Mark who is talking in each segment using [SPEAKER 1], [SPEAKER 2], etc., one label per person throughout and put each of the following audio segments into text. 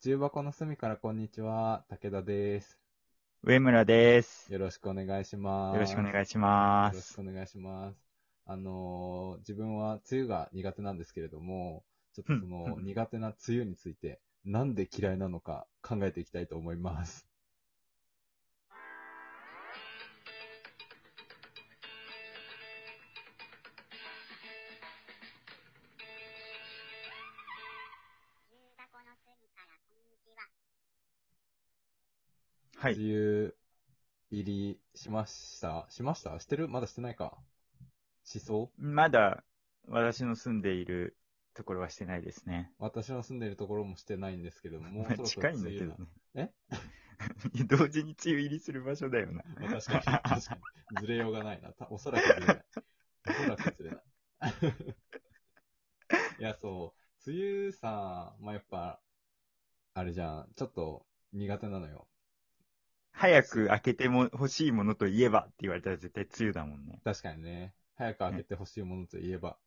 [SPEAKER 1] 重箱の隅からこんにちは。武田です。
[SPEAKER 2] 上村です。
[SPEAKER 1] よろしくお願いします。
[SPEAKER 2] よろしくお願いし
[SPEAKER 1] よ
[SPEAKER 2] ま
[SPEAKER 1] ろし
[SPEAKER 2] す
[SPEAKER 1] く。お願いします。あのー自分は梅雨が苦手なんですけれども、ちょっとその
[SPEAKER 2] うん
[SPEAKER 1] 苦手な梅雨について、なんで嫌いなのか考えていきたいと思います。
[SPEAKER 3] 重箱の隅からこんにちは。
[SPEAKER 2] はい。
[SPEAKER 1] 梅雨入りしましたしましたしてるまだしてないかしそう
[SPEAKER 2] まだ、私の住んでいるところはしてないですね。
[SPEAKER 1] 私の住んでいるところもしてないんですけれども、
[SPEAKER 2] まあ
[SPEAKER 1] そろそ
[SPEAKER 2] 近
[SPEAKER 1] ろ
[SPEAKER 2] いんだ
[SPEAKER 1] 梅
[SPEAKER 2] け
[SPEAKER 1] 雨
[SPEAKER 2] ど
[SPEAKER 1] な
[SPEAKER 2] ね。
[SPEAKER 1] え
[SPEAKER 2] いや 同時に梅雨入りする場所だよな。
[SPEAKER 1] まあ確かに、確かに。ずれようがないな。たおそらくずれない。おそらくずれない。 いや、そう。梅雨さ、まあ、やっぱ、あれじゃん。ちょっと苦手なのよ。
[SPEAKER 2] 早く開けても欲しいものといえばって言われたら絶対梅雨だもんね。
[SPEAKER 1] 確かにね。早く開けてほしいものといえば、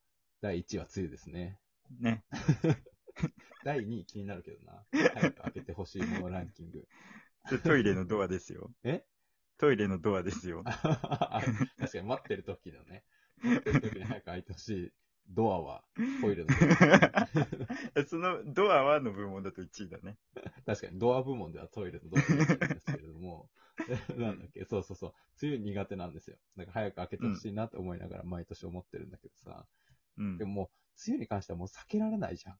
[SPEAKER 1] 第1位は梅雨ですね。
[SPEAKER 2] ね。
[SPEAKER 1] 第2位気になるけどな。早く開けてほしいものランキング。
[SPEAKER 2] それトイレのドアですよ。
[SPEAKER 1] え
[SPEAKER 2] トイレのドアですよ。
[SPEAKER 1] あ確かに待ってる時のね。待ってる時に早く開いてほしいドアは、トイレのドア。
[SPEAKER 2] そのドアはの部門だと1位だね。
[SPEAKER 1] 確かに、ドア部門ではトイレとドア部門なんですけれども、 なんだっけ、そうそうそう、梅雨苦手なんですよ。なんか早く開けてほしいなって思いながら毎年思ってるんだけどさ、
[SPEAKER 2] うん
[SPEAKER 1] で。ももう、梅雨に関してはもう避けられないじゃん。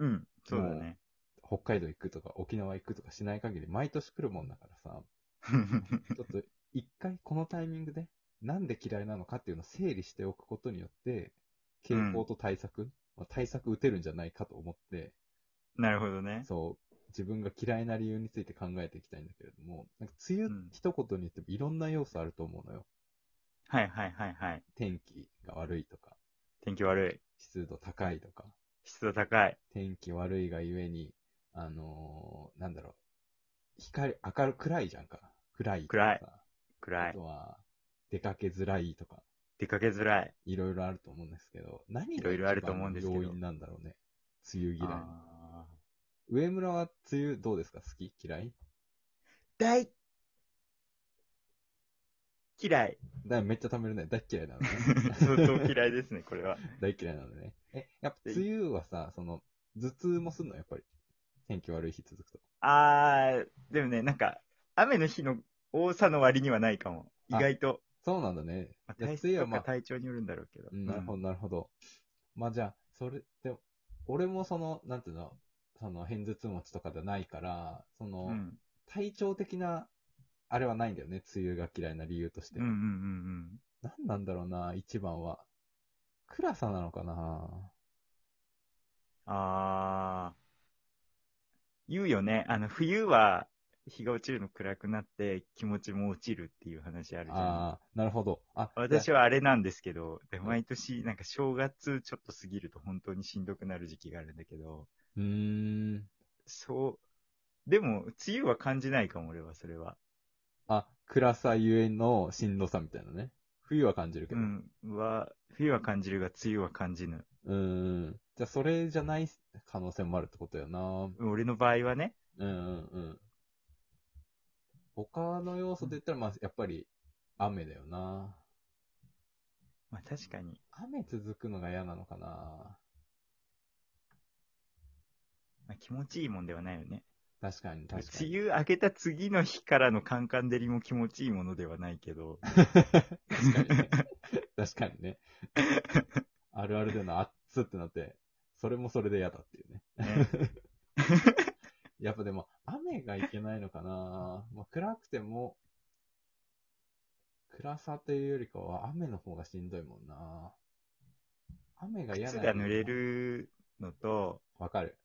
[SPEAKER 2] うん。そうだね。
[SPEAKER 1] 北海道行くとか沖縄行くとかしない限り毎年来るもんだから さ、ちょっと一回このタイミングで、なんで嫌いなのかっていうのを整理しておくことによって、傾向と対策、まあ、対策打てるんじゃないかと思って、
[SPEAKER 2] なるほどね。
[SPEAKER 1] そう、自分が嫌いな理由について考えていきたいんだけれども、なんか梅雨、
[SPEAKER 2] うん
[SPEAKER 1] 一言に言ってもいろんな要素あると思うのよ。
[SPEAKER 2] はいはいはいはい。
[SPEAKER 1] 天気が悪いとか、
[SPEAKER 2] 天気悪い。
[SPEAKER 1] 湿度高いとか、
[SPEAKER 2] 湿度高い。
[SPEAKER 1] 天気悪いがゆえに、あのーなんだろう、光、明る、暗いじゃんか。暗いとかさ。
[SPEAKER 2] 暗
[SPEAKER 1] あ
[SPEAKER 2] い
[SPEAKER 1] と。は、出かけづらいとか、
[SPEAKER 2] 出かけづらい。
[SPEAKER 1] いろいろあると思うんですけど、何が
[SPEAKER 2] いろいろあると思うんですけど
[SPEAKER 1] 一番要因なんだろうね。梅雨嫌いの。
[SPEAKER 2] あー
[SPEAKER 1] 上村は梅雨どうですか好き嫌い
[SPEAKER 2] 大嫌い。。
[SPEAKER 1] だめっちゃ溜めるね。大嫌いなのね
[SPEAKER 2] 相当嫌いで すね、これは。
[SPEAKER 1] 大嫌いなのね。え、やっぱ梅雨はさ、その、頭痛もすんのやっぱり。天気悪い日続くと。
[SPEAKER 2] あー、でもね、なんか、雨の日の多さの割にはないかも。意外と。
[SPEAKER 1] そうなんだね。
[SPEAKER 2] まあ、
[SPEAKER 1] いや梅
[SPEAKER 2] 体
[SPEAKER 1] 雨
[SPEAKER 2] 質
[SPEAKER 1] は
[SPEAKER 2] と
[SPEAKER 1] ま
[SPEAKER 2] か
[SPEAKER 1] あ、
[SPEAKER 2] 体調によるんだろうけど。
[SPEAKER 1] うんなるほど、なるほど。まあじゃあ、それで、俺もその、なんていうの、その、偏頭痛持ちとかじゃないから、その、
[SPEAKER 2] うん。うん
[SPEAKER 1] 体調的な、あれはないんだよね。梅雨が嫌いな理由として。
[SPEAKER 2] うんうんうん
[SPEAKER 1] なんなんだろうな、一番は。暗さなのかな
[SPEAKER 2] うん。あー。言うよね。あの、冬は、日が落ちるの暗くなって、気持ちも落ちるっていう話あるじゃん。
[SPEAKER 1] ああ、なるほど。あ、
[SPEAKER 2] 私
[SPEAKER 1] は。
[SPEAKER 2] はあれなんですけど、で
[SPEAKER 1] うん
[SPEAKER 2] 毎年、なんか正月ちょっと過ぎると本当にしんどくなる時期があるんだけど、
[SPEAKER 1] うーん。
[SPEAKER 2] そう。でも、梅雨は感じないかも、俺は、それは。
[SPEAKER 1] あ、暗さゆえのしんどさみたいなね。冬は感じるけ
[SPEAKER 2] う
[SPEAKER 1] ど。
[SPEAKER 2] ん。は、冬は感じるが、梅雨は感じぬ。
[SPEAKER 1] うーん。じゃあ、それじゃない可能性もあるってことよな。うん
[SPEAKER 2] 俺の場合はね、
[SPEAKER 1] うんうん。他の要素で言ったら、まあ、やっぱり、雨だよな。
[SPEAKER 2] まあ確かに。
[SPEAKER 1] 雨続くのが嫌なのかな。
[SPEAKER 2] まあ、気持ちいいもんではないよね。
[SPEAKER 1] 確かに、
[SPEAKER 2] 梅
[SPEAKER 1] 確かに。
[SPEAKER 2] 雨明けた次の日からのカンカン照りも気持ちいいものではない けど、
[SPEAKER 1] 確かにね。確かにね。あるあるでの、あっつってなって、それもそれで嫌だっていうね。
[SPEAKER 2] ね
[SPEAKER 1] やっぱでも、雨がいけないのかな、まあ、暗くても、暗さというよりかは雨の方がしんどいもんな雨が嫌な
[SPEAKER 2] 靴
[SPEAKER 1] 理由
[SPEAKER 2] が濡れ。るのと、
[SPEAKER 1] わかる。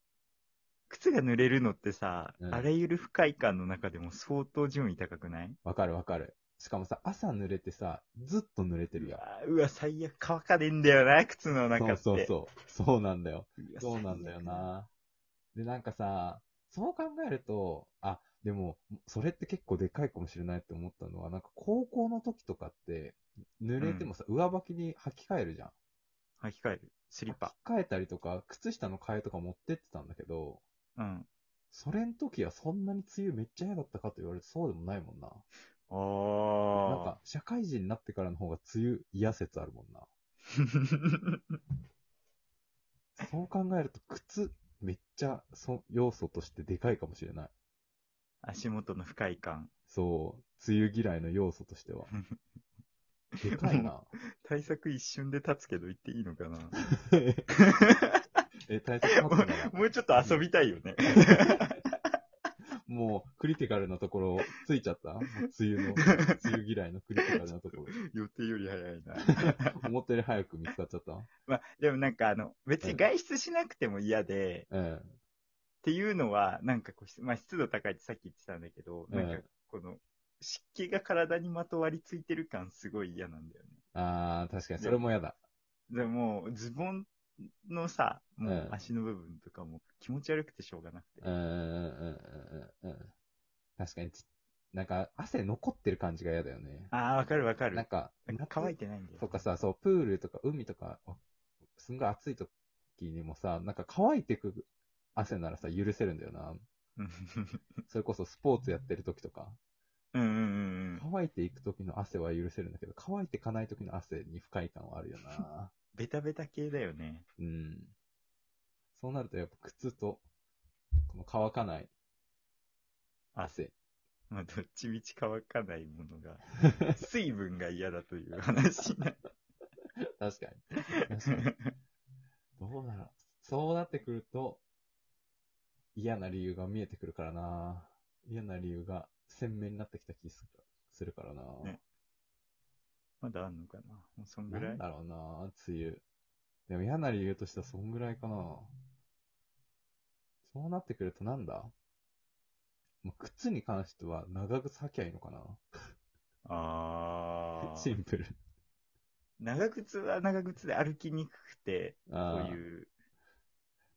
[SPEAKER 2] 靴が濡れるのってさ、
[SPEAKER 1] うん
[SPEAKER 2] あらゆる不快感の中でも相当順位高くない
[SPEAKER 1] わかるわかる。しかもさ、朝濡れてさ、ずっと濡れてる
[SPEAKER 2] う
[SPEAKER 1] やん。
[SPEAKER 2] わうわ、最悪乾かねえんだよな、靴の中って。
[SPEAKER 1] そうそうそう。そうなんだよ。
[SPEAKER 2] うわ
[SPEAKER 1] そうなんだよ。な。で、なんかさ、そう考えると、あ、でも、それって結構でかいかもしれないって思ったのは、なんか高校の時とかって、濡れてもさ、上履きに履き替えるじゃん。
[SPEAKER 2] 最悪履き替える。スリッパ。
[SPEAKER 1] 履き替えたりとか、靴下の替えとか持ってってたんだけど、
[SPEAKER 2] うん。
[SPEAKER 1] それん時はそんなに梅雨めっちゃ嫌だったかと言われてそうでもないもんな。
[SPEAKER 2] あ
[SPEAKER 1] なんか、社会人になってからの方が梅雨嫌説あるもんな。そう考えると、靴、めっちゃ、そ、要素としてでかいかもしれない。
[SPEAKER 2] 足元の不快感。
[SPEAKER 1] そう、梅雨嫌いの要素としては。でかい な。
[SPEAKER 2] 対策一瞬で立つけど言っていいのかな
[SPEAKER 1] え、対策立つなら
[SPEAKER 2] もうちょっと遊びたいよね。
[SPEAKER 1] もう、クリティカルなところ、ついちゃったもう梅雨の、梅雨嫌いのクリティカルなところ。
[SPEAKER 2] 予定より早いな。
[SPEAKER 1] 思ったより早く見つかっちゃった
[SPEAKER 2] まあ、でもなんかあの、別に外出しなくても嫌で、
[SPEAKER 1] え
[SPEAKER 2] っていうのは、なんかこう、まあ湿度高いってさっき言ってたんだけど、
[SPEAKER 1] え
[SPEAKER 2] なんかこの、湿気が体にまとわりついてる感すごい嫌なんだよね。
[SPEAKER 1] えあー、確かに、それも嫌だ。
[SPEAKER 2] でもう、ズボンのさ、も
[SPEAKER 1] え
[SPEAKER 2] う
[SPEAKER 1] え
[SPEAKER 2] 足の部分とかも気持ち悪くてしょうがなくて。
[SPEAKER 1] うんうんうんうんうんうん。確かに、ちなんか、汗残ってる感じが嫌だよね。
[SPEAKER 2] ああ、わかるわか
[SPEAKER 1] なん
[SPEAKER 2] る。
[SPEAKER 1] か、
[SPEAKER 2] 乾いてないんだよ。
[SPEAKER 1] とかさ、そう、プールとか海とか、すんごい暑い時にもさ、なんか乾いてく汗ならさ、許せるんだよな。
[SPEAKER 2] うん
[SPEAKER 1] それこそスポーツやってる時とか、
[SPEAKER 2] うんうんうん。
[SPEAKER 1] 乾いていく時の汗は許せるんだけど、乾いてかない時の汗に不快感はあるよな。
[SPEAKER 2] ベタベタ系だよね。
[SPEAKER 1] うん。そうなるとやっぱ靴と、この乾かない汗。
[SPEAKER 2] まあ、どっちみち乾かないものが、 水分が嫌だという話になる。
[SPEAKER 1] 確かに。確かに。 どうだろう。そうなってくると、嫌な理由が見えてくるからな嫌な理由が鮮明になってきた気するするからな、
[SPEAKER 2] ねまだあんのかなもうそん
[SPEAKER 1] な
[SPEAKER 2] ぐら
[SPEAKER 1] ん
[SPEAKER 2] い
[SPEAKER 1] だろうな梅雨。でも嫌な理由としてはそんぐらいかなそうなってくるとなんだもう靴に関しては長靴履きゃいいのかな
[SPEAKER 2] ああ
[SPEAKER 1] シ。ンプル。
[SPEAKER 2] 長靴は長靴で歩きにくくて、
[SPEAKER 1] あ
[SPEAKER 2] こ
[SPEAKER 1] ー
[SPEAKER 2] ういう。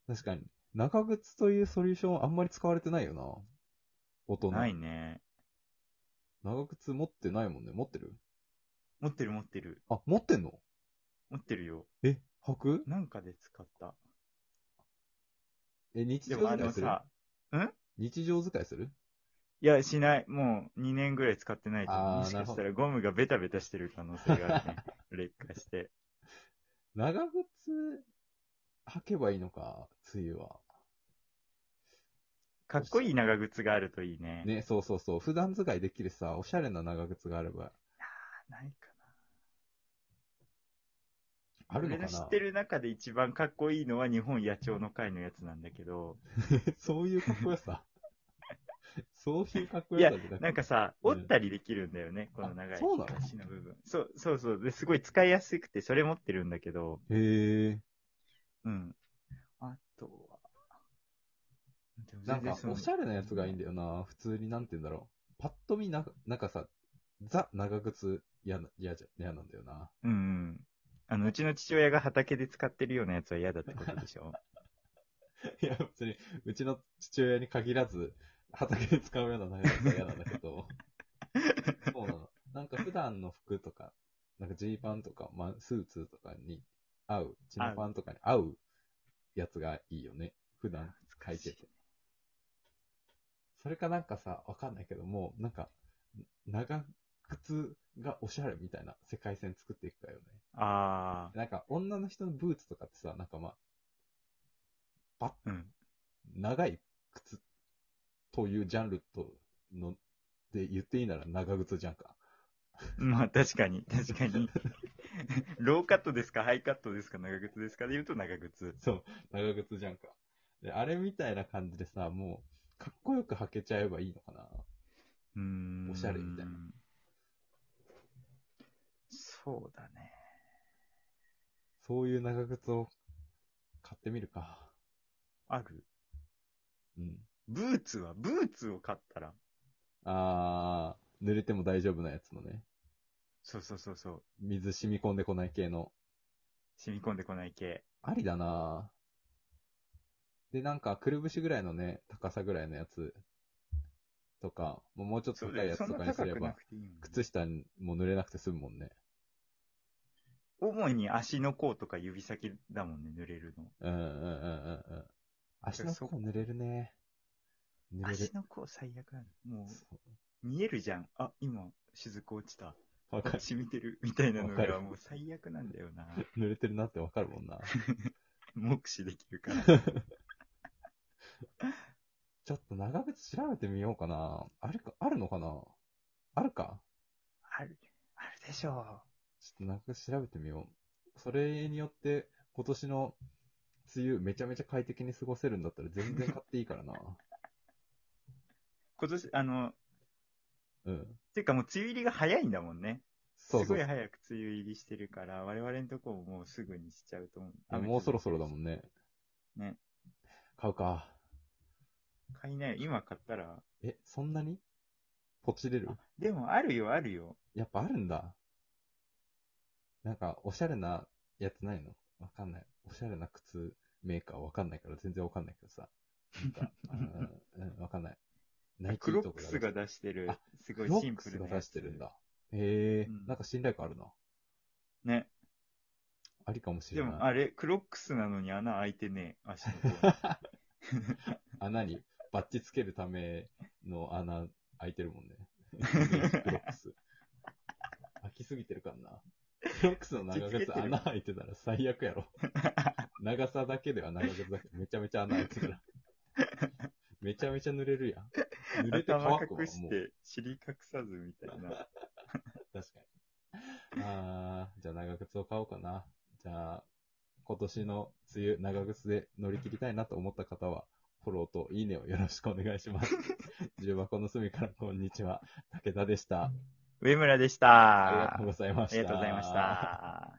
[SPEAKER 1] 確かに。長靴というソリューションあんまり使われてないよな大人。
[SPEAKER 2] ないね。
[SPEAKER 1] 長靴持ってないもんね。持ってる
[SPEAKER 2] 持ってる持ってる。
[SPEAKER 1] あ、持ってんの
[SPEAKER 2] 持ってるよ。
[SPEAKER 1] え、履く
[SPEAKER 2] なんかで使った。
[SPEAKER 1] え、日
[SPEAKER 2] で
[SPEAKER 1] 常
[SPEAKER 2] も
[SPEAKER 1] 使
[SPEAKER 2] あの
[SPEAKER 1] いする
[SPEAKER 2] さ、
[SPEAKER 1] 日常使いする
[SPEAKER 2] いや、しない。もう2年ぐらい使ってないと
[SPEAKER 1] あー
[SPEAKER 2] 思う。もしかしたらゴムがベタベタしてる可能性がある ね。劣化して。
[SPEAKER 1] 長靴履けばいいのか、梅雨は。
[SPEAKER 2] かっこいい長靴があるといいね。
[SPEAKER 1] ね、そうそうそう。普段使いできるさ、おしゃれな長靴があれば。
[SPEAKER 2] ないか
[SPEAKER 1] あ
[SPEAKER 2] な。
[SPEAKER 1] るの
[SPEAKER 2] 俺
[SPEAKER 1] かな
[SPEAKER 2] の知ってる中で一番かっこいいのは日本野鳥の会のやつなんだけど、
[SPEAKER 1] そういうかっこよ さ。そういうかっこよさじゃなくて
[SPEAKER 2] なんかさ、
[SPEAKER 1] うん
[SPEAKER 2] 折ったりできるんだよね、この長い
[SPEAKER 1] あそうなの
[SPEAKER 2] 足の部分。そう、そうそう。ですごい使いやすくて、それ持ってるんだけど、
[SPEAKER 1] へえ。
[SPEAKER 2] うん。あとは、でも
[SPEAKER 1] なん
[SPEAKER 2] 全然
[SPEAKER 1] か、
[SPEAKER 2] その
[SPEAKER 1] おしゃれなやつがいいんだよな。普通に、なんて言うんだろう。パッと見な、なんかさ、ザ、長靴、嫌な、嫌じゃ、嫌なんだよな。
[SPEAKER 2] うんうん。あの、うちの父親が畑で使ってるようなやつは嫌だってことで しょ
[SPEAKER 1] いや、別に、うちの父親に限らず、畑で使うような長靴は嫌なんだけど、そうなの。なんか普段の服とか、なんかジーパンとか、まあ、スーツとかに合う、チノパンとかに合うやつがいいよね。普段履いてて。それかなんかさ、わかんないけども、なんか、長靴がおしゃれみたいな世界線作っていくかよね。
[SPEAKER 2] あ
[SPEAKER 1] なんか女の人のブーツとかってさ、なんかまあ、
[SPEAKER 2] あ。うん。
[SPEAKER 1] 長い靴というジャンルとので言っていいなら長靴じゃんか。
[SPEAKER 2] まあ確かに、確かに。 ローカットですか、ハイカットですか、長靴ですかで言うと長靴。
[SPEAKER 1] そう、長靴じゃんか。で、あれみたいな感じでさ、もう、かっこよく履けちゃえばいいのかな。
[SPEAKER 2] うーん。
[SPEAKER 1] おしゃれみたいな。
[SPEAKER 2] そうだね。
[SPEAKER 1] そういう長靴を買ってみるか。
[SPEAKER 2] ある
[SPEAKER 1] うん。
[SPEAKER 2] ブーツは、ブーツを買ったら。
[SPEAKER 1] あー、濡れても大丈夫なやつのね。
[SPEAKER 2] そうそうそうそう。
[SPEAKER 1] 水染み込んでこない系の。
[SPEAKER 2] 染み込んでこない系。
[SPEAKER 1] ありだなで、なんか、くるぶしぐらいのね、高さぐらいのやつとか、もうもうちょっと
[SPEAKER 2] そう
[SPEAKER 1] 高
[SPEAKER 2] だ
[SPEAKER 1] い
[SPEAKER 2] よ。
[SPEAKER 1] やつ
[SPEAKER 2] そん
[SPEAKER 1] とか
[SPEAKER 2] な
[SPEAKER 1] にす
[SPEAKER 2] 高
[SPEAKER 1] れ
[SPEAKER 2] くな
[SPEAKER 1] ば、
[SPEAKER 2] くていいもんね、
[SPEAKER 1] 靴下にも濡れなくて済むもんね。
[SPEAKER 2] 主に足の甲とか指先だもんね、濡れるの。
[SPEAKER 1] うんうんうんうんうん。足の甲濡れるね。濡れる
[SPEAKER 2] 足。の甲最悪なの。も、
[SPEAKER 1] そう
[SPEAKER 2] 見えるじゃん。あ、今、雫落ちた。
[SPEAKER 1] うわかる。
[SPEAKER 2] 染みてる。みたいなの
[SPEAKER 1] わか
[SPEAKER 2] が、
[SPEAKER 1] る
[SPEAKER 2] もう最悪なんだよな。
[SPEAKER 1] 濡れてるなってわかるもんな。
[SPEAKER 2] 目視でき るから。
[SPEAKER 1] ちょっと長靴調べてみようかな。あるか、あるのかなあるか
[SPEAKER 2] ある、あるでしょ
[SPEAKER 1] ちょっと長靴調べてみよう。それによって、今年の梅雨めちゃめちゃ快適に過ごせるんだったら全然買っていい からな。
[SPEAKER 2] 今年、あの、
[SPEAKER 1] うん。
[SPEAKER 2] ていうかもう梅雨入りが早いんだもんね。
[SPEAKER 1] そう
[SPEAKER 2] す
[SPEAKER 1] そ
[SPEAKER 2] ご
[SPEAKER 1] う
[SPEAKER 2] い。早く梅雨入りしてるから、我々のとこももうすぐにしちゃうと思う。
[SPEAKER 1] もうそろそろだ
[SPEAKER 2] ん。
[SPEAKER 1] もんね。
[SPEAKER 2] ね。
[SPEAKER 1] 買うか。
[SPEAKER 2] 買いなよ。今買ったら。
[SPEAKER 1] え、そんなにポチれる
[SPEAKER 2] でも、あるよ、あるよ。
[SPEAKER 1] やっぱあるんだ。なんか、おしゃれなやつないのわかんない。おしゃれな靴メーカーわかんないから全然わかんないけどさ。なん か、うんうんわかんない。ナイキ
[SPEAKER 2] クロ
[SPEAKER 1] と
[SPEAKER 2] ック
[SPEAKER 1] か
[SPEAKER 2] スが出してる
[SPEAKER 1] あ、
[SPEAKER 2] すご
[SPEAKER 1] ク
[SPEAKER 2] い
[SPEAKER 1] ロ
[SPEAKER 2] シ
[SPEAKER 1] ッ
[SPEAKER 2] ン
[SPEAKER 1] ク
[SPEAKER 2] プ
[SPEAKER 1] ス
[SPEAKER 2] ル
[SPEAKER 1] が
[SPEAKER 2] な
[SPEAKER 1] 出
[SPEAKER 2] やつ。
[SPEAKER 1] してるんだ。へえ、
[SPEAKER 2] うん
[SPEAKER 1] なんか信頼感あるな。
[SPEAKER 2] ね。
[SPEAKER 1] ありかもし
[SPEAKER 2] で
[SPEAKER 1] れ
[SPEAKER 2] も、
[SPEAKER 1] ない。
[SPEAKER 2] あれ、クロックスなのに穴開いてねえ、足の
[SPEAKER 1] 穴にバッチつけるための穴開いてるもんね。クロックス。開きすぎてるからな。クロックスの長
[SPEAKER 2] 開きすぎ
[SPEAKER 1] 靴
[SPEAKER 2] てる
[SPEAKER 1] 穴開いてたら最悪やろ。長さだけでは長靴だけど、めちゃめちゃ穴開いてたら。めちゃめちゃ濡れるやん。濡れて
[SPEAKER 2] 方。頭
[SPEAKER 1] 乾くわ、もう
[SPEAKER 2] 隠。して、尻隠さずみたいな。
[SPEAKER 1] 確かに。あー、じゃあ長靴を買おうかな。じゃあ、今年の梅雨、長靴で乗り切りたいなと思った方は、フォローといいねをよろしくお願いし ます。重箱の隅からこんにちは。武田でした。
[SPEAKER 2] 上村でし
[SPEAKER 1] ありが
[SPEAKER 2] た。
[SPEAKER 1] とうございました。
[SPEAKER 2] ありがとうございまし。た。